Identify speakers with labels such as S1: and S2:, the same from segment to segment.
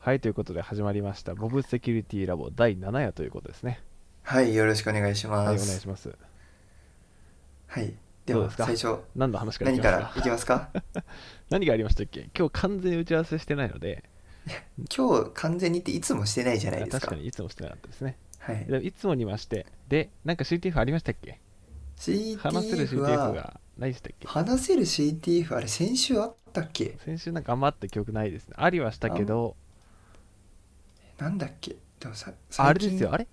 S1: はいということで始まりましたボブセキュリティラボ第7夜ということですね
S2: はい、よろしくお願いし
S1: はいお
S2: ま
S1: 願い
S2: す。
S1: します
S2: はい、で
S1: どうで
S2: は
S1: すか
S2: 最初、
S1: 何の話からい
S2: 何
S1: きま
S2: か
S1: す
S2: らいきま すか
S1: 何がありましたっけ今日完全に打ち合わせしてないので
S2: 今日完全にっていつもしてないじゃないです
S1: 確
S2: か。
S1: かにいつもしてなかったですね
S2: はい、
S1: でもいつもにましてでなんか CTF ありましたっけ話せる
S2: CTF
S1: CTF
S2: は、
S1: がないでしたっけ
S2: 話せる CTF、あれ先週あったっけ
S1: 先週なんかあんまあった記憶ないですねありはしたけど
S2: なんだっけでもさ最近
S1: あれですよあれ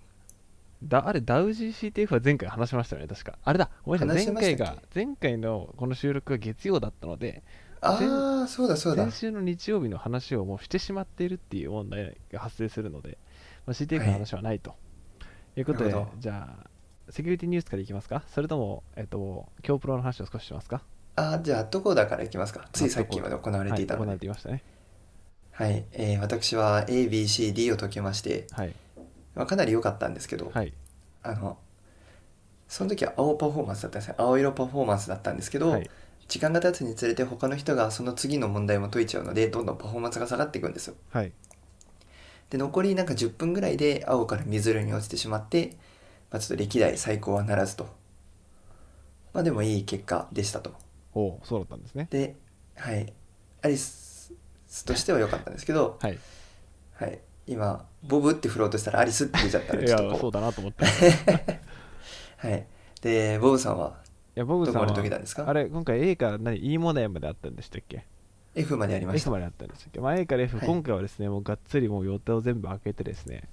S1: だあれダウジー CTF は前回話しましたよね確かあれだごめんなさい
S2: 話し
S1: 前
S2: ました
S1: 回
S2: っけ
S1: が前回のこの収録が月曜だったので
S2: ああ、そうだそうだ
S1: 先。週の日曜日の話をもうしてしまっているっていう問題が発生するので、まあ、CTF の話はないと、い、うことで
S2: なるほど
S1: じゃあセキュリティニュースからいきますかそれとも、えっと、今日プロの話を少ししますか
S2: あーじゃあ、どこだからいきますか。ついさっきまで行われていた
S1: はい、行
S2: の
S1: われ
S2: で。
S1: ていましたね
S2: はい、えー私は A、B、C、D を解きまして、
S1: はい
S2: まあ、かなり良かったんですけど、
S1: はい
S2: あの、その時は青パフォーマンスだったんですね。青色パフォーマンスだったんですけど、
S1: はい
S2: 時間が経つにつれて他の人がその次の問題も解いちゃうのでどんどんパフォーマンスが下がっていくんですよ
S1: はい
S2: で残りなんか10分ぐらいで青から水色に落ちてしまって、まあ、ちょっと歴代最高はならずとまあでもいい結果でしたと
S1: おおそうだったんですね
S2: ではいアリスとしては良かったんですけど、
S1: はい
S2: はい、今ボブって振ろうとしたらアリスって出ちゃったの
S1: い
S2: でち
S1: や
S2: ょっと
S1: そ
S2: こ
S1: うだなと思ったいう
S2: はいでボブさんは
S1: やボブ
S2: ど
S1: さ
S2: こ
S1: ん
S2: ま
S1: は
S2: で解けたんですか
S1: あれ今回 A から何 E 問題まであったんでしたっけ
S2: F までやりまし
S1: F
S2: た
S1: まであったんでしたっけ、まあ、A から F、
S2: はい
S1: 今回はですねもうがっつりもう予定を全部開けてですね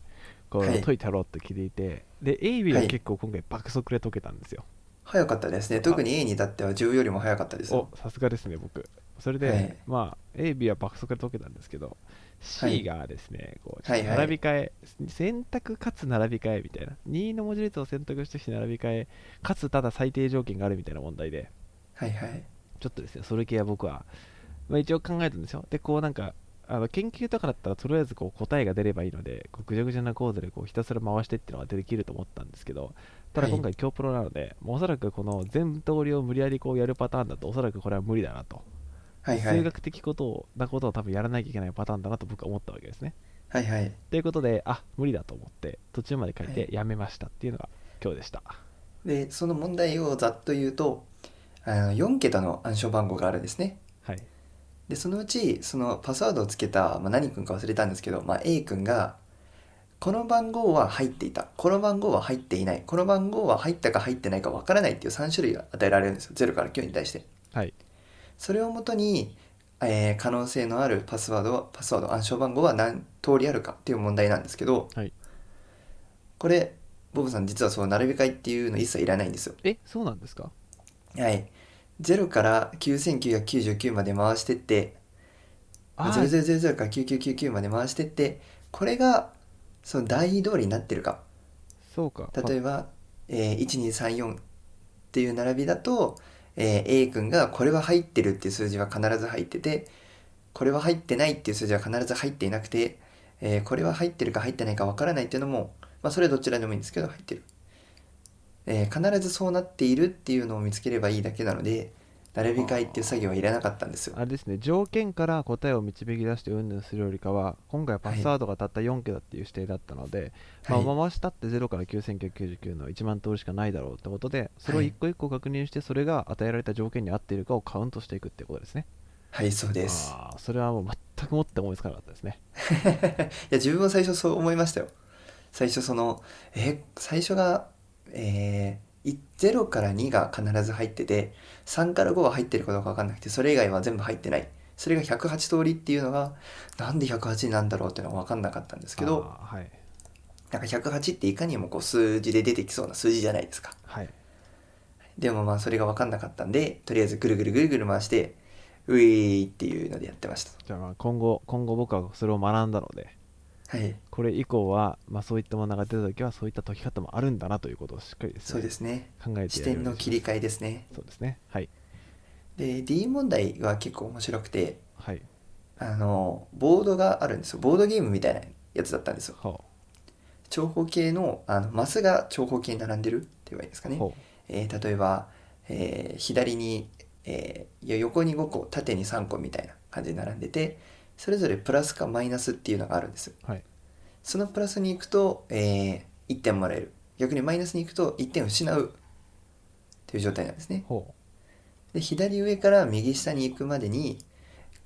S1: こう
S2: はい
S1: 解いたろうと聞いていて、で AB が
S2: はい
S1: 結構今回爆速で解けたんですよ、
S2: 早かったですね特に A に至っては10よりも早かったですよ
S1: おさすがですね僕それで、
S2: はい
S1: まあ AB は爆速で解けたんですけど
S2: は
S1: C
S2: い
S1: がですねこうちょ
S2: は
S1: っ
S2: い
S1: と
S2: はい
S1: 並び替え、選択かつ並び替えみたいな2の文字列を選択してきて並び替えかつただ最低条件があるみたいな問題で
S2: はいはい
S1: ちょっとですね、それ系は僕は、まあ、一応考えたんですよ。で、こうなんか、あの研究とかだったら、とりあえずこう答えが出ればいいので、こうぐちゃぐちゃなコードでこうひたすら回してっていうのができると思ったんですけど、ただ
S2: はい
S1: 今回、強プロなので、もうおそらくこの全通りを無理やりこうやるパターンだと、おそらくこれは無理だなと。
S2: はいは
S1: 数
S2: い
S1: 学的ことをなことを多分やらなきゃいけないパターンだなと僕は思ったわけですね。
S2: はいはい
S1: ということで、あ無理だと思って、途中まで書い
S2: は
S1: て
S2: い
S1: やめましたっていうのが今日でした。
S2: でその問題をざっと言うとあの4桁の暗証番号があるんですね
S1: はい。
S2: でそのうちそのパスワードをつけた、まあ、何君か忘れたんですけど、まあ、A 君がこの番号は入っていたこの番号は入っていないこの番号は入ったか入ってないかわからないっていう3種類が与えられるんですよ0から9に対して
S1: はい。
S2: それをもとに、えー可能性のあるパスワードパスワード暗証番号は何通りあるかっていう問題なんですけど、
S1: はい
S2: これボブさん実はその並び替えっていうの一切いらないんですよ
S1: え、そうなんですか
S2: はい。0から9999まで回してって、
S1: あー
S2: 0000から9999まで回してって、これがその代位通りになってるか。
S1: そうか。
S2: 例えば、えー1234っていう並びだと、えー A 君がこれは入ってるっていう数字は必ず入ってて、これは入ってないっていう数字は必ず入っていなくて、えーこれは入ってるか入ってないかわからないっていうのも、まあ、それどちらでもいいんですけど入ってる、えー必ずそうなっているっていうのを見つければいいだけなので並び替えっていう作業はいらなかったんですよ
S1: あれですね条件から答えを導き出してうんぬんするよりかは今回パスワードがたった4桁っていう指定だったので、
S2: はい
S1: まあ、回したって0から9999の1万通りしかないだろうってことでそれを一個一個確認してそれが与えられた条件に合っているかをカウントしていくってことですね
S2: はいそうです
S1: あーそれはもう全くもって思いつかなかったですね
S2: いや自分も最初そう思いましたよ最初そのえー最初がえーい0から2が必ず入ってて3から5は入ってるかどうか分かんなくてそれ以外は全部入ってないそれが108通りっていうのがなんで108なんだろうっていうのは分かんなかったんですけど
S1: あーはい
S2: なんか108っていかにもこう数字で出てきそうな数字じゃないですか。
S1: はい
S2: でもまあそれが分かんなかったんで、とりあえずぐるぐるぐるぐる回して、ウィーっていうのでやってました。
S1: じゃあまあ今後今後僕はそれを学んだので
S2: はい、
S1: これ以降は、まあ、そういったものが出た時はそういった解き方もあるんだなということをしっかりです、ね、
S2: そうですね。
S1: 考えて
S2: 視
S1: やるようにし
S2: 点の
S1: ま
S2: 切り替えですね。
S1: すそうですねはい
S2: で、D 問題は結構面白くて、
S1: はい
S2: あの、ボードがあるんですよ。ボードゲームみたいなやつだったんですよ。
S1: ほ
S2: 長方形の、あの、マスが長方形に並んでるって言えばいいんですか
S1: う
S2: ね。
S1: ほ
S2: えー例えば、えー左に、えーいや横に5個縦に3個みたいな感じに並んでてそれぞれプラスかマイナスっていうのがあるんです
S1: はい
S2: そのプラスに行くと、えー1点もらえる逆にマイナスに行くと1点失うという状態なんですね
S1: ほ
S2: で左上から右下に行くまでに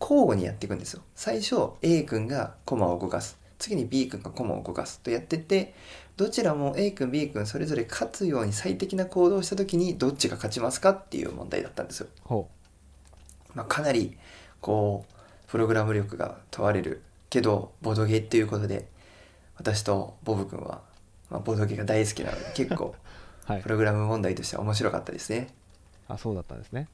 S2: 交互にやっていくんですよ最初 A 君がコマを動かす次に B 君がコマを動かすとやってってどちらも A 君 B 君それぞれ勝つように最適な行動をした時にどっちが勝ちますかっていう問題だったんですよ、
S1: うほ
S2: まあ、かなりこうプログラム力が問われるけどボドゲっていうことで私とボブ君は、まあ、ボドゲが大好きなので結構
S1: うはい
S2: プログラム問題としては面白かったですね
S1: あそうだったんですね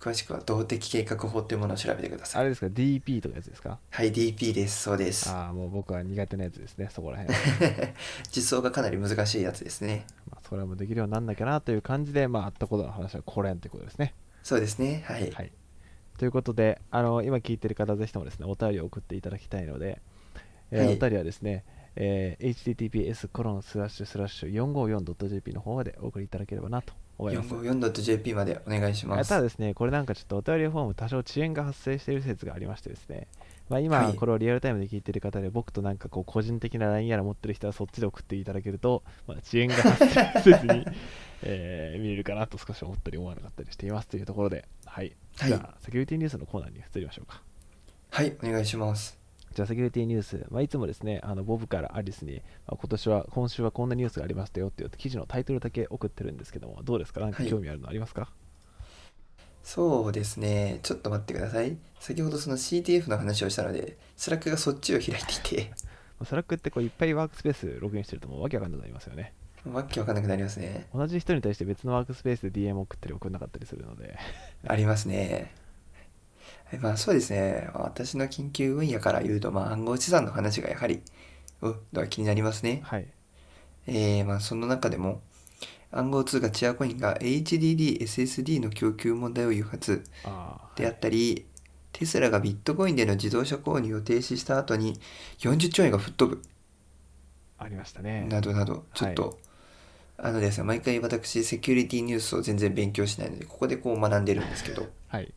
S2: 詳しくは動的計画法っていうものを調べてください
S1: あれですか DP とかやつですか
S2: はい、DP です。そうです。
S1: ああもう僕は苦手なやつですねそこら 辺
S2: 実装がかなり難しいやつですね。
S1: まあそれもできるようになんなきゃなという感じでまああったことの話はこれんってことですね
S2: そうですね。はい。
S1: はい、ということであの今聞いてる方ぜひともですねお便りを送っていただきたいので、えー
S2: はい
S1: お便りはですね、え https コロンスラッシュスラッシュ 454.jp の方までお送りいただければなと思います
S2: 454.jp までお願いし
S1: あ
S2: ます。
S1: ただ
S2: は
S1: ですねこれなんかちょっとお便りフォーム多少遅延が発生している説がありましてですね、まあ、今
S2: はい
S1: これをリアルタイムで聞いてる方で僕となんかこう個人的な LINE やら持ってる人はそっちで送っていただけると、まあ、遅延が発生せず に、えー見れるかなと少し思ったり思わなかったりしていますというところではい
S2: い
S1: じゃ。あセキュリティニュースのコーナーに移りましょうか。
S2: はい、お願いします。
S1: じゃあセキュリティニュース、まあ、いつもですね、あのボブからアリスに、まあ、今年は、今週はこんなニュースがありましたよっていう記事のタイトルだけ送ってるんですけども、どうですかなんか
S2: はい
S1: 興味あるのありますか、
S2: そうですね。ちょっと待ってください。先ほどその CTF の話をしたので、スラックがそっちを開いてい て、
S1: まあスラックってこういっぱいワークスペースログインしてるともうわけわかんなくなりますよね。
S2: わけわかんなくなりますね。
S1: 同じ人に対して別のワークスペースで DM 送ったり送んなかったりするので、
S2: ありますね。はいまあそうですね。私の緊急分野から言うと、まあ暗号資産の話がやはり、うん、気になりますね。
S1: はい。
S2: えーまあ、その中でも暗号通貨チアコインが HDDSSD の供給問題を誘発
S1: ああ、
S2: であったりテスラがビットコインでの自動車購入を停止した後に40兆円が吹っ飛ぶ
S1: ありましたね。
S2: などなどちょっと、
S1: は
S2: あのですね毎回私セキュリティニュースを全然勉強しないのでここでこう学んでるんですけど
S1: はい。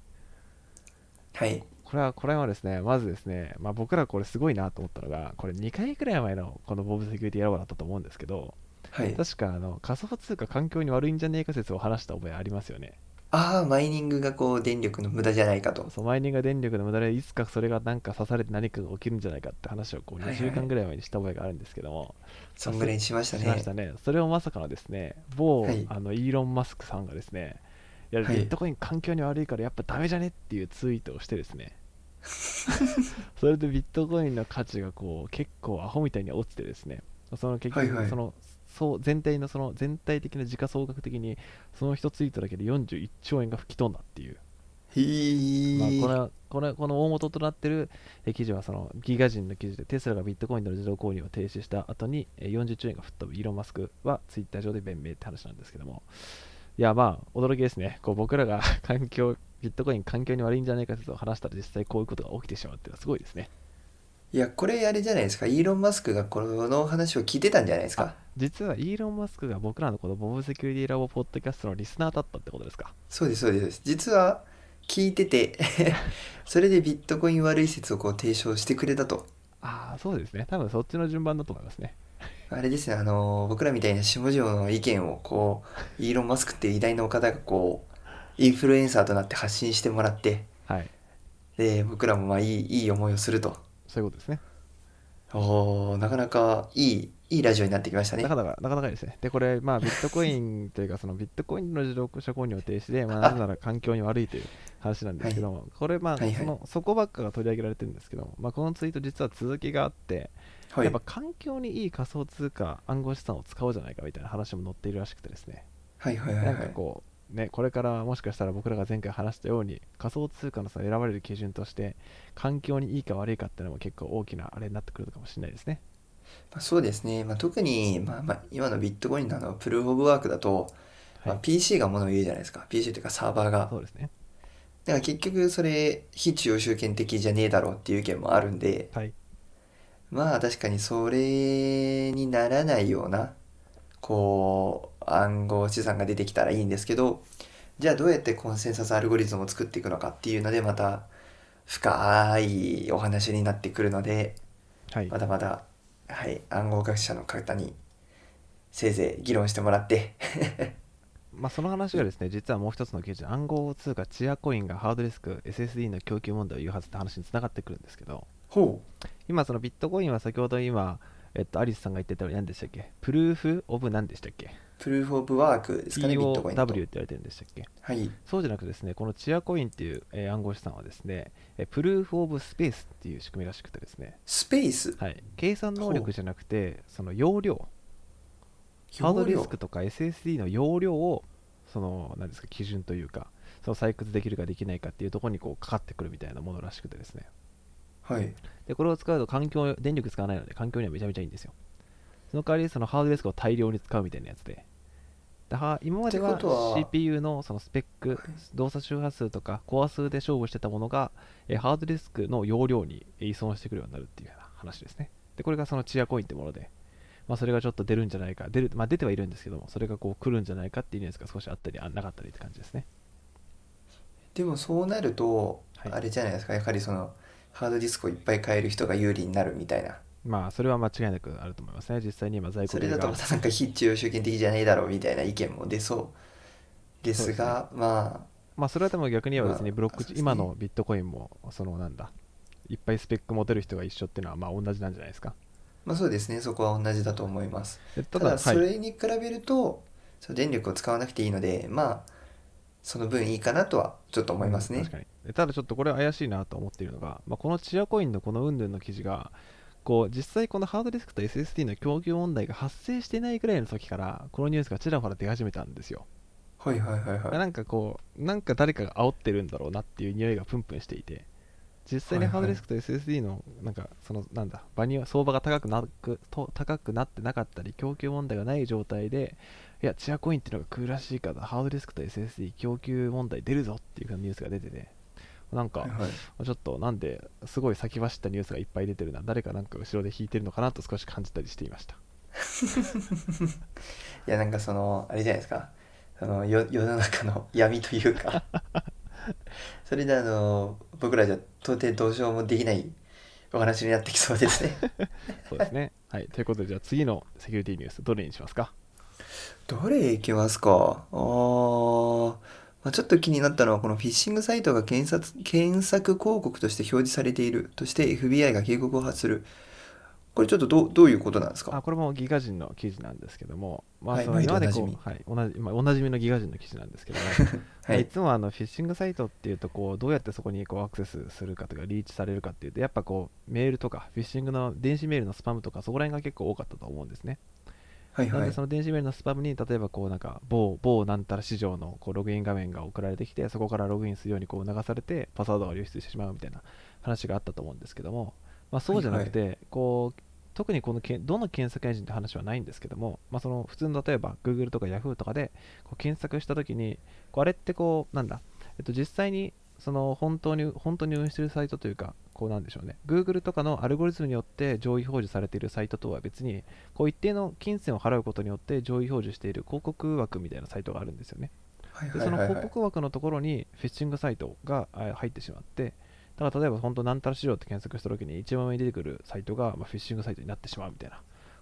S2: はい
S1: これは、これはですね、まずですね、まあ、僕らこれすごいなと思ったのが、これ2回くらい前のこのボブセキュリティラボだったと思うんですけど、
S2: はい
S1: 確かあの仮想通貨環境に悪いんじゃねえか説を話した覚えありますよね
S2: ああマイニングがこう電力の無駄じゃないかと
S1: そうマイニングが電力の無駄でいつかそれが何か刺されて何かが起きるんじゃないかって話をこう
S2: はいは
S1: 2
S2: い
S1: 週間ぐらい前にした覚えがあるんですけども、
S2: そんぐらいにしました
S1: しま
S2: ね
S1: したねそれをまさかのですね某、
S2: はい
S1: あのイーロン・マスクさんがですねいや
S2: はい
S1: ビットコイン環境に悪いからやっぱダメじゃねっていうツイートをしてですね それでビットコインの価値がこう結構アホみたいに落ちてですねその結局
S2: はいはい
S1: その、そう全体のその全体的な時価総額的にその一ツイートだけで41兆円が吹き飛んだっていう
S2: へー
S1: まあ、これはこれこの大元となってるえー記事はそのギガ人の記事でテスラがビットコインの自動購入を停止した後にえー40兆円が吹っ飛ぶイーロン・マスクはツイッター上で弁明って話なんですけどもいやまあ驚きですねこう僕らが環境ビットコイン環境に悪いんじゃないか説を話したら実際こういうことが起きてしまうっていうのはすごいですね
S2: いやこれあれじゃないですかイーロン・マスクがこの話を聞いてたんじゃないですか
S1: 実はイーロン・マスクが僕らのこのボブセキュリティラボポッドキャストのリスナーだったってことですか
S2: そうですそうですそうです実は聞い ててそれでビットコイン悪い説をこう提唱してくれたと
S1: ああそうですね多分そっちの順番だと思いますね
S2: あれですねあの僕らみたいな下々の意見をこうイーロン・マスクっていう偉大なお方がこうインフルエンサーとなって発信してもらって
S1: はい
S2: で僕らもまあいいいい思いをすると
S1: そういうことですね
S2: おーなかなかいいいいラジオになってきましたね
S1: なかなか、なかなかですね。で、これ、まあ、ビットコインというか、そのビットコインの自動車購入を停止で、まあ、なぜなら環境に悪いという話なんですけども、これ、まあ、
S2: はいはい
S1: その、そこばっかが取り上げられてるんですけども、まあ、このツイート、実は続きがあって、
S2: はい
S1: やっぱ環境にいい仮想通貨、暗号資産を使おうじゃないかみたいな話も載っているらしくてですね、
S2: はいはいはい
S1: な
S2: は
S1: んか
S2: い
S1: こう、ね、これからもしかしたら僕らが前回話したように仮想通貨のその選ばれる基準として環境にいいか悪いかっていうのも結構大きなあれになってくるのかもしれないですね。
S2: まあ、そうですね、まあ、特に、まあまあ、今のビットコインのあのプルーフ・オブ・ワークだと、ま
S1: は
S2: あ、
S1: い
S2: PC がものを言うじゃないですか PC というかサーバーがだ
S1: そ
S2: か
S1: うですね。
S2: ら結局それ非中集権的じゃねえだろうっていう意見もあるんで
S1: はい。
S2: まあ確かにそれにならないようなこう暗号資産が出てきたらいいんですけどじゃあどうやってコンセンサスアルゴリズムを作っていくのかっていうのでまた深いお話になってくるので
S1: はい
S2: まだまだ、はい、暗号学者の方にせいぜい議論してもらって
S1: まあ、その話がですね実はもう一つの記事で暗号通貨チアコインがハードディスク SSD の供給問題を誘発って話につながってくるんですけど
S2: ほ
S1: 今そのビットコインは先ほど今、えっと、アリスさんが言ってた何でしたっけプルーフ・オブ何でしたっけ
S2: う プルーフ・オブ・ワークですかねビットコイ
S1: ?POW
S2: ンだ
S1: って
S2: と
S1: 言われてるんでしたっけ
S2: はい
S1: そうじゃなくてですねこのチアコインっていう、えー暗号資産はですね、えープルーフ・オブ・スペースっていう仕組みらしくてですね、
S2: スペース
S1: はい、計算能力じゃなくてその容量ハードディスクとか SSD の容量をその何ですか基準というかその採掘できるかできないかっていうところにこうかかってくるみたいなものらしくてですね
S2: はい
S1: でこれを使うと環境電力使わないので環境にはめちゃめちゃいいんですよその代わりそのハードディスクを大量に使うみたいなやつでだは今まで
S2: って
S1: は
S2: ことは
S1: CPU のそのスペック動作周波数とかコア数で勝負してたものがえハードディスクの容量に依存してくるようになるっていうような話ですねでこれがそのチアコインってもので、まあ、それがちょっと出るんじゃないか出る、まあ、出てはいるんですけどもそれがこう来るんじゃないかっていうニュースが少しあったりあなかったりって感じですね
S2: でもそうなると、
S1: はい
S2: あれじゃないですかやはりそのハードディスクをいっぱい買える人が有利になるみたいな
S1: まあそれは間違いなくあると思いますね実際に今在庫
S2: そ
S1: で
S2: れだとまたなんか非中主権的じゃねえだろうみたいな意見も出そうですがま
S1: まあそれはでも逆に言えばですね、
S2: まあ
S1: ブロック
S2: そうですね
S1: 今のビットコインもそのなんだいっぱいスペック持てる人が一緒っていうのはまあ同じなんじゃないですか
S2: あ、まあそうですねそこは同じだと思います
S1: で
S2: た
S1: た
S2: だ
S1: だ
S2: そ
S1: はい、
S2: れに比べると、その電力を使わなくていいのでまあその分いいかなとはちょっと思いますね、
S1: 確かにでただちょっとこれ怪しいなと思っているのが、まあ、このチアコインのこの云々の記事がこう実際このハードディスクと SSD の供給問題が発生してないくらいの時からこのニュースがちらほら出始めたんですよ、
S2: はいはいはいはい
S1: なんかこうなんか誰かが煽ってるんだろうなっていう匂いがプンプンしていて実際に
S2: はい
S1: ハー
S2: は
S1: ドデ
S2: い
S1: ィスクと SSD のなんかそのなんだ場には相場が高くなくと高くなってなかったり供給問題がない状態でいやチアコインっていうのが来るらしいからハードディスクと SSD 供給問題出るぞっていうニュースが出ててなんか
S2: はいはい
S1: ちょっとなんですごい先走ったニュースがいっぱい出てるな誰かなんか後ろで引いてるのかなと少し感じたりしていました
S2: いやなんかそのあれじゃないですかそのよ世の中の闇というか それであの僕らじゃ到底どうしようもできないお話になってきそうですね
S1: そうですねはいということでじゃあ次のセキュリティニュースどれにしますか
S2: どれいきますかあー、まあ、ちょっと気になったのはこのフィッシングサイトが検索検索広告として表示されているとして FBI が警告を発するこれちょっとどうどういうことなんですか
S1: あこれもギガ人の記事なんですけども、まあ、
S2: はい
S1: その
S2: 毎
S1: 今ま
S2: 度
S1: で
S2: お
S1: こ
S2: なじ
S1: う、はい、おなじまあおなじみのギガ人の記事なんですけども、まあ
S2: はい
S1: い、つもあのフィッシングサイトっていうとこうどうやってそこにこうアクセスするかとかリーチされるかっていうとやっぱこうメールとかフィッシングの電子メールのスパムとかそこら辺が結構多かったと思うんですね。
S2: はい
S1: な
S2: は
S1: の
S2: い
S1: でその電子メールのスパムに例えばこうなんか某某なんたら市場のこうログイン画面が送られてきてそこからログインするようにこう流されてパスワードが流出してしまうみたいな話があったと思うんですけども、まあ、そうじゃなくて、こう特にこのけどの検索エンジンって話はないんですけども、まあ、その普通の例えば Google とか Yahoo とかでこう検索した時にこうあれってこうなんだ、えっと、実際にその本当に本当に運営してるサイトというかこうなんでしょうね Google とかのアルゴリズムによって上位表示されているサイトとは別にこう一定の金銭を払うことによって上位表示している広告枠みたいなサイトがあるんですよね。
S2: はい
S1: で
S2: はい
S1: その
S2: はいは
S1: 広
S2: い
S1: 告枠のところにフィッシングサイトがあ入ってしまって、だから例えば本当なんたら市場って検索した時に一番上に出てくるサイトがまあフィッシングサイトになってしまうみたいな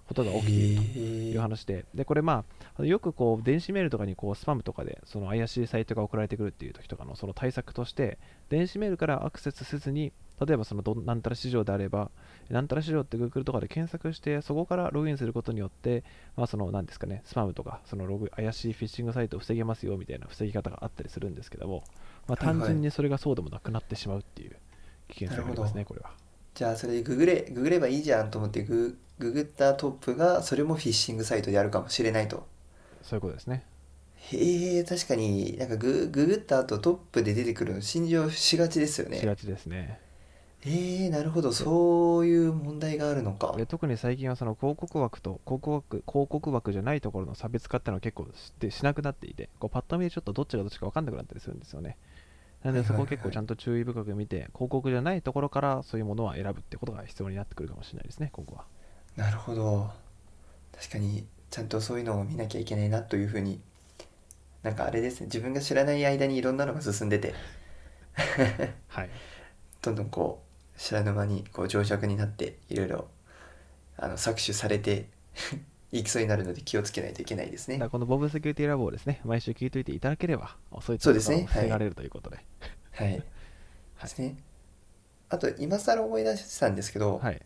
S1: ことが起きていると。
S2: へ
S1: いう
S2: ー
S1: 話で、でこれまああの、よくこう電子メールとかにこうスパムとかでその怪しいサイトが送られてくるっていう時とかのその対策として、電子メールからアクセスせずに、例えばそのどなんたら市場であれば、なんたら市場って Google とかで検索して、そこからログインすることによって、まあ、そのなんですかね、スパムとか、そのログ怪しいフィッシングサイトを防げますよみたいな防ぎ方があったりするんですけども、まあ、
S2: はいはい
S1: 単純にそれがそうでもなくなってしまうっていう危険性がありますね、これは。
S2: じゃあそれググれググればいいじゃんと思ってグググったトップがそれもフィッシングサイトであるかもしれないと
S1: そういうことですね。
S2: へえ確かになんかグググった後トップで出てくるの信じしがちですよ
S1: し
S2: ね
S1: がちですね。
S2: えー、なるほどそういう問題があるのか
S1: で特に最近はその広告枠と広告枠広告枠じゃないところの差別化ってのは結構してしなくなっていてこうパッと見でちょっとどっちがどっちか分かんなくなったりするんですよねなので
S2: はい
S1: そ
S2: は
S1: こ
S2: いはい
S1: を結構ちゃんと注意深く見て広告じゃないところからそういうものは選ぶってことが必要になってくるかもしれないですね今後は
S2: なるほど確かにちゃんとそういうのを見なきゃいけないなというふうになんかあれですね自分が知らない間にいろんなのが進んでて
S1: はい
S2: どんどんこう知らぬ間にこう情弱になっていろいろあの搾取されて いきそうになるので気をつけないといけないです
S1: だ
S2: ね
S1: からこのボブセキュリティラボをですね、毎週聞いといていただければ、そういっ
S2: そ
S1: たこ
S2: うです
S1: と
S2: ね
S1: を防がれるということで。
S2: はい、ですねあと今更思い出してたんですけど、
S1: はい。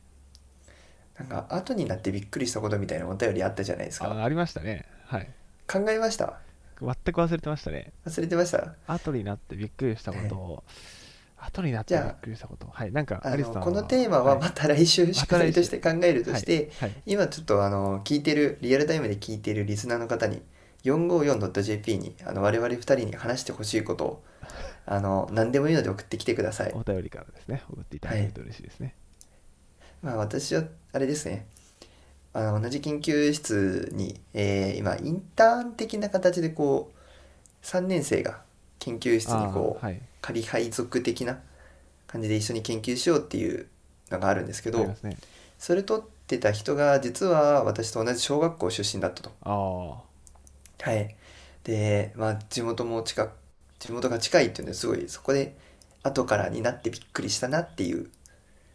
S2: なんか後になってびっくりしたことみたいなお便りあったじゃないですか
S1: あありましたね。はい。
S2: 考えました
S1: 全く忘れてましたね。
S2: 忘れてました
S1: 後になってびっくりしたことを、後になってびっくりしたこと。はい。なんか、
S2: あ
S1: アリス
S2: の
S1: さん
S2: このテーマはまた来週宿題として考えるとして、
S1: はい。はい
S2: 今ちょっとあの聞いてるリアルタイムで聞いてるリスナーの方に 454.jp にあの我々2人に話してほしいことをあの何でもいいので送ってきてください
S1: お、便りからですね、送っていただけると嬉しいですね。
S2: まあ、私はあれですねあの同じ研究室に、えー今インターン的な形でこう3年生が研究室にこ
S1: あーは
S2: う、
S1: い。
S2: 仮配属的な感じで一緒に研究しようっていうのがあるんですけ
S1: ありま
S2: ど
S1: すね。
S2: それ取ってた人が実は私と同じ小学校出身だったと。
S1: ああ。
S2: はい。で、まあ、地元も近く、地元が近いっていうのですごい、そこで、後からになってびっくりしたなっていう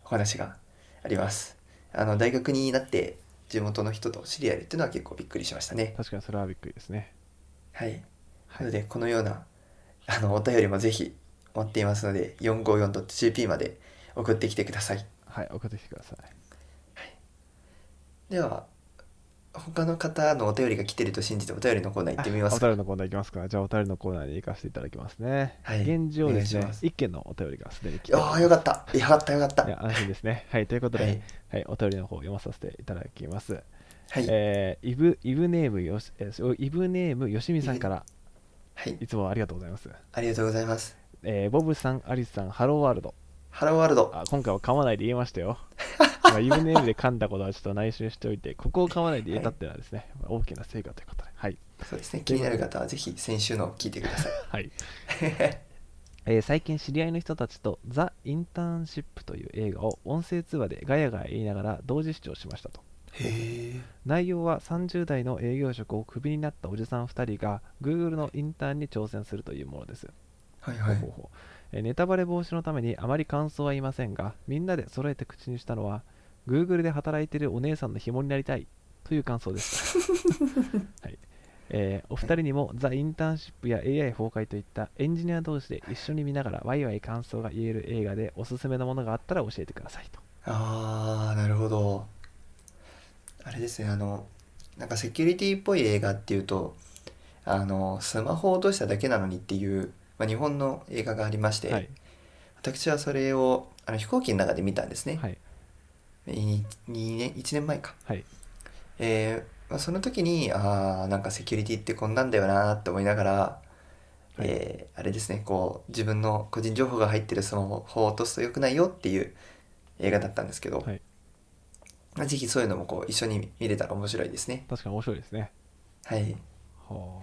S2: お話があります。あの、大学になって、地元の人と知り合えるっていうのは結構びっくりしましたね。
S1: 確かにそれはびっくりですね。
S2: はい。
S1: は
S2: ないの。で、このような、あの、お便りもぜひ、待っていますので、454.jp まで送ってきてください。
S1: はい。送ってきてください。
S2: では、他の方のお便りが来てると信じてお便りのコーナー行ってみます
S1: お
S2: か。
S1: 便りのコーナーいきますか。じゃあ、お便りのコーナーに行かせていただきますね。
S2: はい
S1: 現状です
S2: お
S1: ね
S2: 願いしま、す
S1: 一件のお便りがすでに来ており
S2: あ
S1: ま
S2: あ、
S1: す
S2: よかった。よかった、よかった。
S1: いや、安心ですね。はい。ということで、
S2: は
S1: はいい、お便りの方を読まさせていただきます。
S2: はい。
S1: えーイブ、イブネームよし、えーイブネームよしみさんから、
S2: はい。
S1: いつもありがとうございます。
S2: ありがとうございます。
S1: えーボブさん、アリスさん、ハローワールド。
S2: ハローワールド。
S1: あ、今回は噛まないで言えました よ。まあイブネームで噛んだことはちょっと内緒にしておいて、ここを噛まないで言えたっていうのはですね、まあ大きな成果ということで。はい。
S2: そうですね。気になる方はぜひ先週のを聞いてく ださい。
S1: はい。えー最近知り合いの人たちと「ザ・インターンシップ」という映画を音声通話でガヤガヤ言いながら同時視聴しましたと
S2: へ
S1: 内容は30代の営業職をクビになったおじさん2人が Google のインターンに挑戦するというものです、
S2: はいはい
S1: ほうほうほうえーネタバレ防止のためにあまり感想は言いませんがみんなで揃えて口にしたのは Google で働いているお姉さんの紐になりたいという感想 です、はいえーお二人にもザ・インターンシップや AI 崩壊といったエンジニア同士で一緒に見ながらワイワイ感想が言える映画でおすすめのものがあったら教えてくださいと
S2: ああ、なるほど。あれですね、あの、なんかセキュリティっぽい映画っていうと、あの、スマホを落としただけなのにっていう、まあ、日本の映画がありまして、
S1: はい、
S2: 私はそれをあの飛行機の中で見たんですね。
S1: はい
S2: い二年、1年前か。
S1: はい
S2: えーまあ、その時にああなんかセキュリティってこんなんだよなーって思いながら、
S1: い
S2: えーあれですねこう自分の個人情報が入ってるスマホを落とすと良くないよっていう映画だったんですけど、
S1: はい
S2: まあ、ぜひそういうのもこう一緒に見れたら面白いですね
S1: 確かに面白いですね
S2: はい
S1: は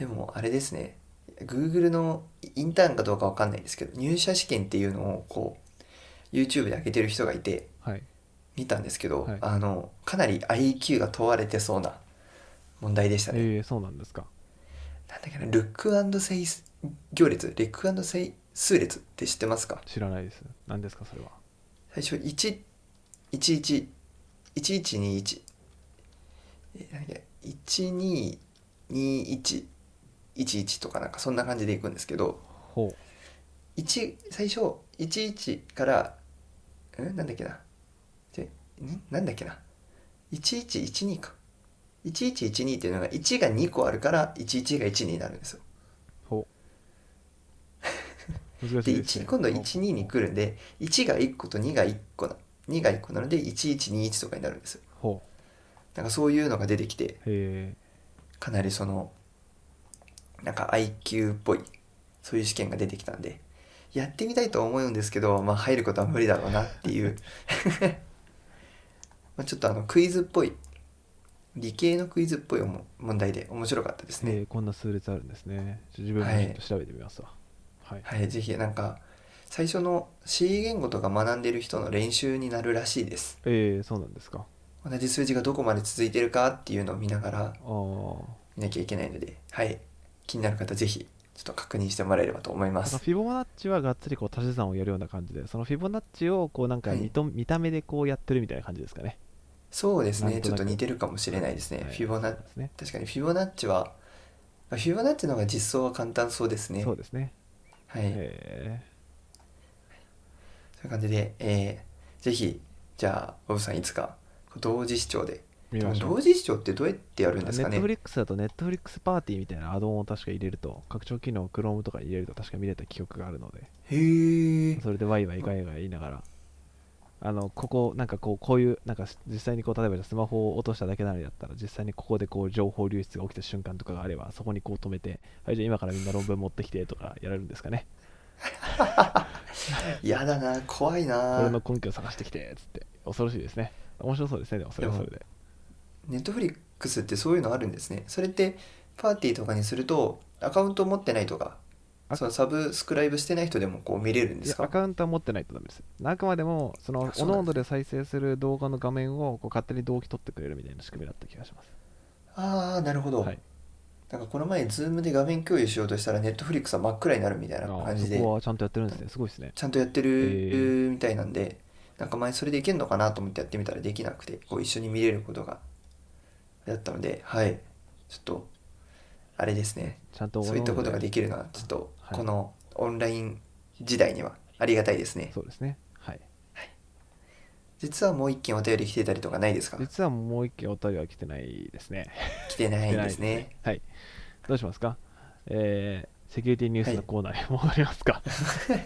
S2: でもあれですね Google のインターンかどうかわかんないですけど入社試験っていうのをこう YouTube で上げてる人がいて
S1: あはい
S2: 見たんですけど、
S1: はい
S2: あのかなり IQ が問われてそうな問題でしたね
S1: えー、そうなんですか
S2: なんだっけな、ルックセイス行列、レックセイ数列って知ってますか
S1: 知らないです何ですかそれは
S2: 最初1、11、1121、えなんだっけ、1221、11とかなんかそんな感じでいくんですけど、
S1: ほう
S2: 1、最初、11から、んなんだっけな、でんなんだっけな、1112か。1112っていうのが1が2個あるから11が1になるんですよ。
S1: ほ う。難し
S2: で
S1: いです、
S2: 1
S1: ね。
S2: 今度
S1: ほう
S2: 12に来るんで1が1個と2が1個な2が1個なので1121とかになるんですよ
S1: ほ
S2: なんかそういうのが出てきて
S1: う。へえ。
S2: かなりそのなんか IQ っぽいそういう試験が出てきたんでやってみたいとは思うんですけど、まあ、入ることは無理だろうなっていう まあちょっとあのクイズっぽい理系のクイズっぽいおも問題で面白かったですね、
S1: えーこんな数列あるんですね。ちょ自分も
S2: はい
S1: ちょっと調べてみますわ。はい。
S2: はい、ぜひなんか最初の C 言語とか学んでる人の練習になるらしいです
S1: えー、そうなんですか。
S2: 同じ数字がどこまで続いてるかっていうのを見ながら
S1: ああ。
S2: 見なきゃいけないので、はい、気になる方ぜひちょっと確認してもらえればと思いま
S1: だから
S2: す
S1: フィボナッチはがっつりこう足し算をやるような感じでそのフィボナッチをこうなんか見と、見た目でこうやってるみたいな感じですかね
S2: そうです
S1: な
S2: ね
S1: んと
S2: ちょ
S1: な
S2: っ
S1: く
S2: と似てるかもしれないですね、
S1: はい
S2: フィボナ
S1: そうですね
S2: 確かにフィボナッチはまあフィボナッチの方が実装は簡単そうですね
S1: そうですね
S2: はい、
S1: え
S2: そういう感じで、えーぜひじゃあボブさんいつか同時視聴で
S1: ー見ましょう
S2: 同時視聴ってどうやってやるん
S1: ネ
S2: ですか
S1: ットフ
S2: ね
S1: リックスだとネットフリックスパーティーみたいなアドオンを確か入れると拡張機能を Chrome とかに入れると確か見れた記憶があるので
S2: へえ
S1: それでワイワイガイガイ言いながら、あの、ここ、なんかこう、こういう、なんかし実際にこう、例えばじゃあスマホを落としただけなのだったら、実際にここでこう、情報流出が起きた瞬間とかがあれば、そこにこう止めて、はい、じゃあ今からみんな論文持ってきてとかやれるんですかね。
S2: やだな怖い
S1: こ
S2: な
S1: れの根拠を探してきて、つって。恐ろしいですね。面白そうですね、でもそれはそれで。
S2: ネットフリックスってそういうのあるんですねそれってパーティーとかにするとアカウントを持ってないとか
S1: あ
S2: そのサブスクライブしてない人でもこう見れるんで
S1: いや
S2: す、
S1: ア
S2: か
S1: カウントは持ってないとダメです。あくまでも、その
S2: あ、そ
S1: お
S2: うなんですね
S1: のおので再生する動画の画面をこう勝手に動機取ってくれるみたいな仕組みだった気がします。
S2: ああなるほど、
S1: はい。
S2: なんかこの前ズームで画面共有しようとしたらネットフリックスは真っ暗になるみたい
S1: あ
S2: な
S1: あ
S2: 感じ
S1: そ
S2: で
S1: こはちゃんとやってるんですね。すごいですね。
S2: ちゃんとやって
S1: へ
S2: るみたいなんで、なんか前それでいけるのかなと思ってやってみたらできなくて、こう一緒に見れることがだったので、はい、ちょっと、あれですね、
S1: ちゃんとおの
S2: そ
S1: お
S2: うい
S1: の
S2: っ
S1: で
S2: たことができるのは、ちょっと、
S1: はい
S2: このオンライン時代にはありがたいですね。
S1: そうですね。はい。
S2: 実はもう一件お便り来てたりとかないですか
S1: 実はもう一件お便りは来てないですね。
S2: 来てないんですね。
S1: はい。どうしますかえー、セキュリティニュースのコーナーに戻りますか。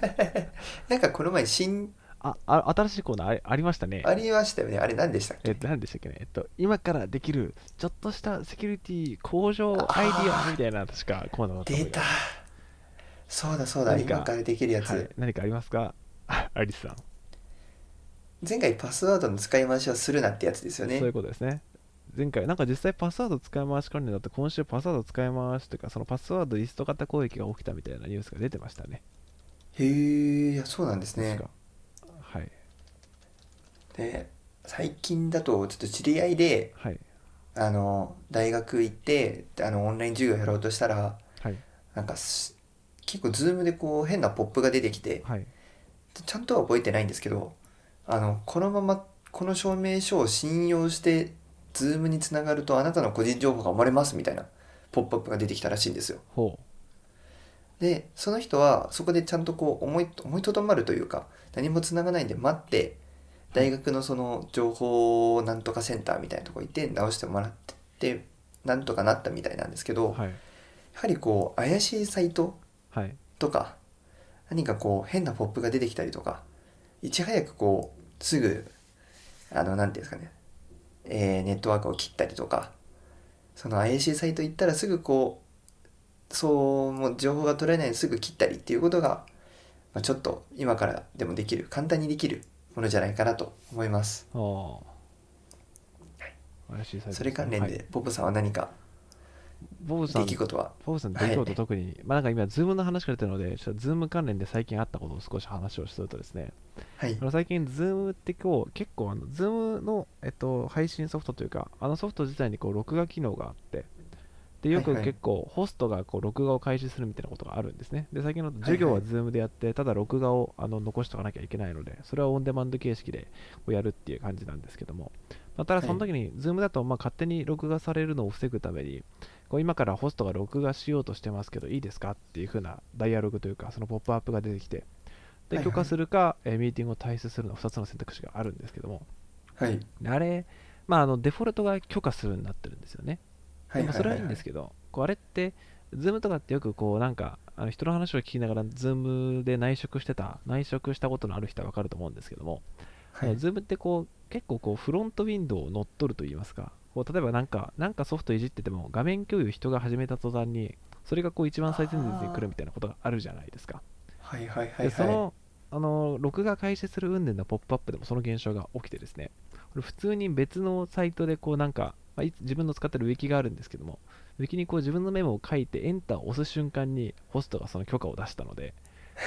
S2: なんかこの前新、
S1: ああ、新しいコーナーありありましたね。
S2: ありましたよね。あれ何でしたっ
S1: えっ
S2: け
S1: と、何でしたっけね。えっと、今からできる、ちょっとしたセキュリティ向上アイディアみたいな、確かコーナーだったと
S2: 出
S1: 思います
S2: た。そうだそうだ、
S1: 何か
S2: 今からできるやつ。
S1: はい、何かありますか あアリスさん、
S2: 前回パスワードの使い回しはするなってやつですよね。
S1: そういうことですね。前回、なんか実際パスワード使い回し関連だと、今週パスワード使い回しというか、そのパスワードリスト型攻撃が起きたみたいなニュースが出てましたね。
S2: へえいやそうなんですね
S1: 確か。はい。
S2: で最近だとちょっと知り合いで
S1: はい。
S2: あの大学行ってあのオンライン授業やろうとしたら
S1: はい。
S2: なんかす結構ズームでこう変なポップが出てきて
S1: はい。
S2: ちゃんとは覚えてないんですけどあのこのままこの証明書を信用してズームにつながるとあなたの個人情報が漏れますみたいなポップアップが出てきたらしいんですよ。
S1: ほ
S2: でその人はそこでちゃんとこう思い思いとどまるというか何も繋がないんで待って大学のその情報なんとかセンターみたいなとこ行って直してもらってってなんとかなったみたいなんですけ
S1: う。
S2: どや
S1: はい。
S2: はりこう怪しいサイト
S1: はい。
S2: とか何かこう変なポップが出てきたりとかいち早くこうすぐあの何ていうんですかね、えーネットワークを切ったりとかその IAC サイト行ったらすぐこうそうもう情報が取れないようにすぐ切ったりっていうことが、まあ、ちょっと今からでもできる簡単にできるものじゃないかなと思います
S1: ああ。怪しいサイトですね
S2: それ関連
S1: はい
S2: でボブさんは何か
S1: ボブさ
S2: 出
S1: ん、
S2: 来事は
S1: ボブさん、出
S2: はい
S1: 来事特に、まあなんか今、ズームの話が出てるので、ちょっとズーム関連で最近あったことを少し話をするとですね、
S2: はい
S1: あの最近、ズームって今日、結構あの、ズームの、えっと、配信ソフトというか、あのソフト自体にこう録画機能があって、でよく
S2: はいはい
S1: 結構、ホストがこう録画を開始するみたいなことがあるんですね。で、最近の
S2: い
S1: 授業はズームでやって、ただ録画をあの残しておかなきゃいけないので、それはオンデマンド形式でこうやるっていう感じなんですけども、まあただその時に、ズームだとまあ勝手に録画されるのを防ぐために、こう今からホストが録画しようとしてますけど、いいですかっていう風なダイアログというか、そのポップアップが出てきて、
S2: はい
S1: で
S2: はい
S1: 許可するか、えーミーティングを退出するの2つの選択肢があるんですけども、
S2: はい
S1: であれ、まあ、あのデフォルトが許可するようになってるんですよね。
S2: は
S1: で
S2: い
S1: もそれはいいんです
S2: け
S1: けど、こうあれって、ズームとかってよくこうなんか、あの人の話を聞きながら、ズームで内職してた、内職したことのある人はわかると思うんですけども、
S2: どはい
S1: ズームってこう結構こうフロントウィンドウを乗っ取ると言いますかこう例えばなんかなんかソフトいじってても画面共有人が始めた途端にそれがこう一番最前列に来るみたいなことがあるじゃないですか、
S2: はいはいはい
S1: でそ
S2: は
S1: のあの録画開始する云々のポップアップでもその現象が起きてですねこれ普通に別のサイトでこうなんか、まあ、いつ自分の使ってるウィキがあるんですけどもウィキにこう自分のメモを書いてエンターを押す瞬間にホストがその許可を出したので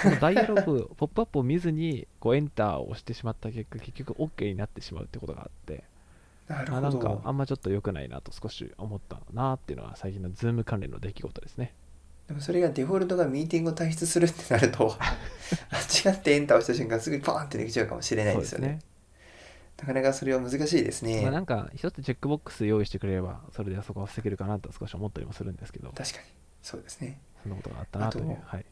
S1: このダイアログポップアップを見ずにこうエンターを押してしまった結果結局 OK になってしまうってことがあって
S2: いなる
S1: あ
S2: ほ
S1: なん
S2: ど
S1: かあんまちょっと良くないなと少し思ったなっていうのが最近のズーム関連の出来事ですね
S2: でもそれがデフォルトがミーティングを退出するってな ると間違ってエンターを押した瞬間すぐにパーンって抜けちゃうかもしれない
S1: そう
S2: で
S1: ですす
S2: よね
S1: ね。
S2: なかなかそれは難しいですね、
S1: まあ、なんか、一つチェックボックス用意してくれれば、それであそこは防げるかなと少し思ったりもするんですけど、
S2: 確かにそうですね
S1: そんなことがあったなとい
S2: あ
S1: う
S2: と。
S1: はい。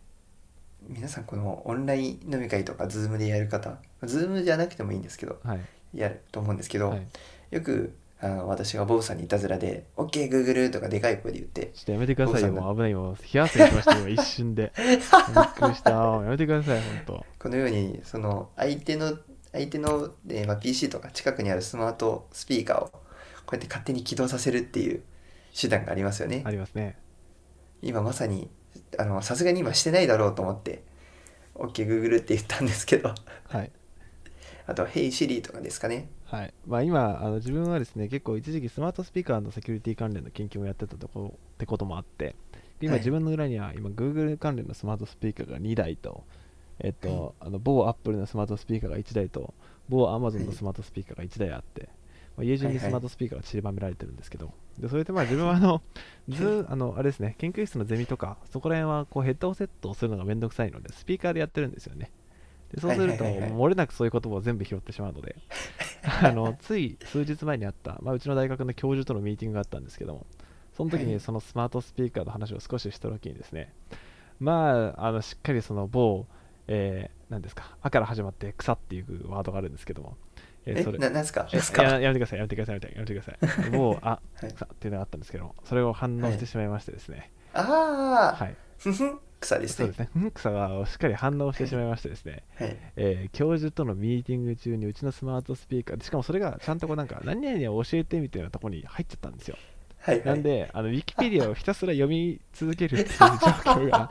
S2: 皆さんこのオンライン飲み会とか Zoom でやる方 Zoom じゃなくてもいいんですけど
S1: はい。
S2: やると思うんですけど、
S1: はい、
S2: よくあの私がボブさんにいたずらで「OKGoogle」とかでかい声で言って
S1: ちょっとやめてくださいよ、
S2: どうしたんだ
S1: もう危ないよ。冷や汗しましたよ、今一瞬で。びっくりした。やめてください、本 当。
S2: このようにその相手の相手の、えーまあ、PC とか近くにあるスマートスピーカーをこうやって勝手に起動させるっていう手段がありますよね
S1: あ。りますね。
S2: 今まさにあのさすがに今してないだろうと思って「OKGoogle」って言ったんですけど
S1: はい。
S2: あと「Hey Siri」とかですかね。
S1: はいまあ、今あの自分はですね結構一時期スマートスピーカーのセキュリティ関連の研究もやってたとこってこともあって今
S2: はい
S1: 自分の裏には今 Google 関連のスマートスピーカーが2台と、えっと、あの某 Apple のスマートスピーカーが1台と某 Amazon
S2: は
S1: の
S2: い
S1: スマートスピーカーが1台あって、まあ、家中
S2: はい
S1: に
S2: はい
S1: スマートスピーカーが散りばめられてるんですけどでそれでまあ自分はあの ずあのあれですね研究室のゼミとかそこら辺はこうヘッドセットをするのがめんどくさいのでスピーカーでやってるんですよねでそうすると
S2: はいはいはいはい
S1: 漏れなくそういう言葉を全部拾ってしまうの であのつい数日前にあった、まあ、うちの大学の教授とのミーティングがあったんですけどもその時
S2: は
S1: に
S2: い
S1: そのスマートスピーカーの話を少しした時にですねまああのしっかりその某えー、なんですか「あ」から始まって「草」っていうワードがあるんですけども、えー
S2: えななんすかなんすか
S1: えややめてくださいやめてくださいやめてくださいやめてくださいもう「あ」
S2: はい
S1: 草っていうのがあったんですけどそれを反応してしまいましてですね
S2: ああ、
S1: はい、
S2: ふふん草です
S1: そう
S2: ね
S1: ですねうん草がしっかり反応してしまいましてですね
S2: はい
S1: えー教授とのミーティング中にうちのスマートスピーカーでしかもそれがちゃんとこうなんか何々を教えてみたいなとこに入っちゃったんですよ
S2: はいは
S1: ないんであのウィキペディアをひたすら読み続けるっていう状況が あ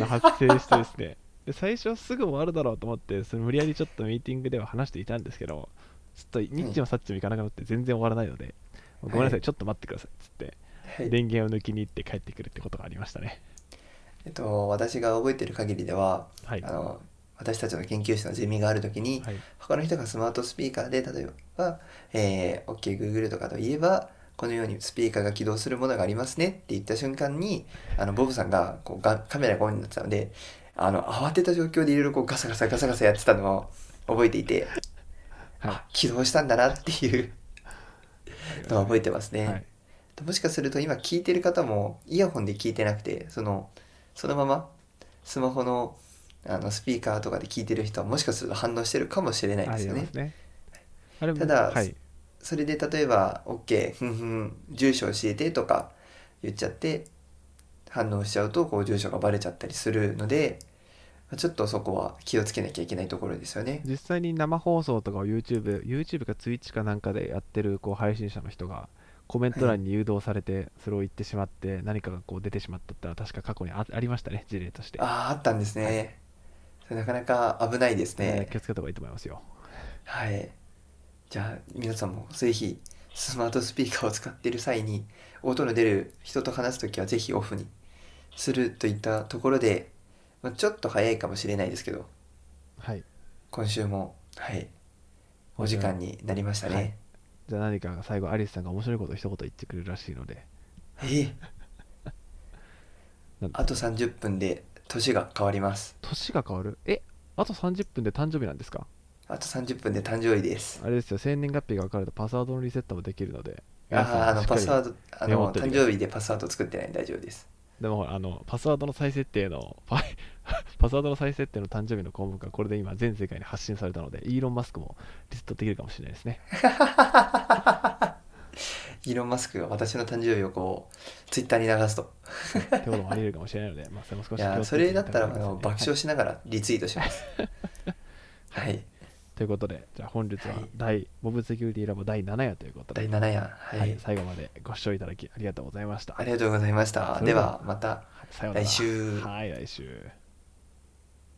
S1: の発生してですねで最初はすぐ終わるだろうと思ってそれ無理やりちょっとミーティングでは話していたんですけどちょっとニッチもサッチもいかなくなって全然終わらないので、
S2: い
S1: ごめんなさいちょっと待ってくださいっつって、
S2: はい
S1: 電源を抜きに行って帰ってくるってことがありましたね
S2: えっと私が覚えてる限りでは、
S1: はい
S2: あ
S1: はい
S2: の私たちの研究室のゼミがある時に、他の人がスマートスピーカーで例えば、えー、OKGoogle とかといえばこのようにスピーカーが起動するものがありますねって言った瞬間にあのボブさんがこうがカメラがオンになってたのであの慌てた状況でいろいろこうガサガサガサガサやってたのを覚えていて、
S1: はい
S2: あ起動したんだなっていうのを覚えてますね。
S1: はい
S2: もしかすると今聞いてる方もイヤホンで聞いてなくてそのそのままスマホのあのスピーカーとかで聞いてる人はもしかすると反応してるかもしれない
S1: あ
S2: で
S1: り
S2: す
S1: え
S2: よ
S1: ま
S2: ね
S1: す。ねあれも
S2: ただ
S1: はい
S2: それで例えば「OK ふんふん住所教えて」とか言っちゃって反応しちゃうとこう住所がバレちゃったりするのでちょっとそこは気をつけなきゃいけないところですよね。
S1: 実際に生放送とかを YouTube、YouTube か Twitch かなんかでやってるこう配信者の人がコメント欄に誘導されてそれを言ってしまって何かがこう出てしまったってのは確か過去にあありましたね、事例として。
S2: あああったんですね。それなかなか危ないです
S1: え
S2: ね
S1: ー。気をつけた方がいいと思いますよ。
S2: はい。じゃあ皆さんもぜひスマートスピーカーを使っている際に音の出る人と話すときはぜひオフにするといったところで、まあ、ちょっと早いかもしれないですけど
S1: はい。
S2: 今週もはいお時間になりましたね。
S1: じゃあ何か最後、アリスさんが面白いことを一言言ってくれるらしいので、
S2: ええ
S1: なんだ
S2: あと30分で年が変わります。
S1: 年が変わるえあと30分で誕生日なんですか
S2: あと30分で誕生日です。
S1: あれですよ、生年月日が分かるとパスワードのリセットもできるので、
S2: あ
S1: 皆さん
S2: あーあの
S1: しっか
S2: パ
S1: り
S2: スワードあ
S1: メモ
S2: の
S1: っといて
S2: 誕生日でパスワード作ってないんで大丈夫です。
S1: でもほらあのパスワードの再設定のパ パスワードの再設定の誕生日の項目がこれで今全世界に発信されたのでイーロン・マスクもリセットできるかもしれないですね
S2: イーロン・マスクが私の誕生日をこうツイッターに流すと
S1: ってこともあり得るかもしれないので、まあ、それも少
S2: い
S1: し気をつけ
S2: や
S1: て
S2: それだったらあ
S1: いただ
S2: の
S1: き
S2: 爆
S1: たいですね
S2: 笑しながらリツイートし ます。は
S1: は
S2: い、
S1: いということでじゃあ本日は
S2: はい
S1: 第、モブセキュリティラボ第7夜ということ
S2: 第
S1: で、
S2: 7夜、はい
S1: はい最後までご視聴いただきありがとうございました
S2: ありがとうございました。
S1: それ
S2: で
S1: では
S2: はまた。
S1: さようなら
S2: 来週
S1: はい来週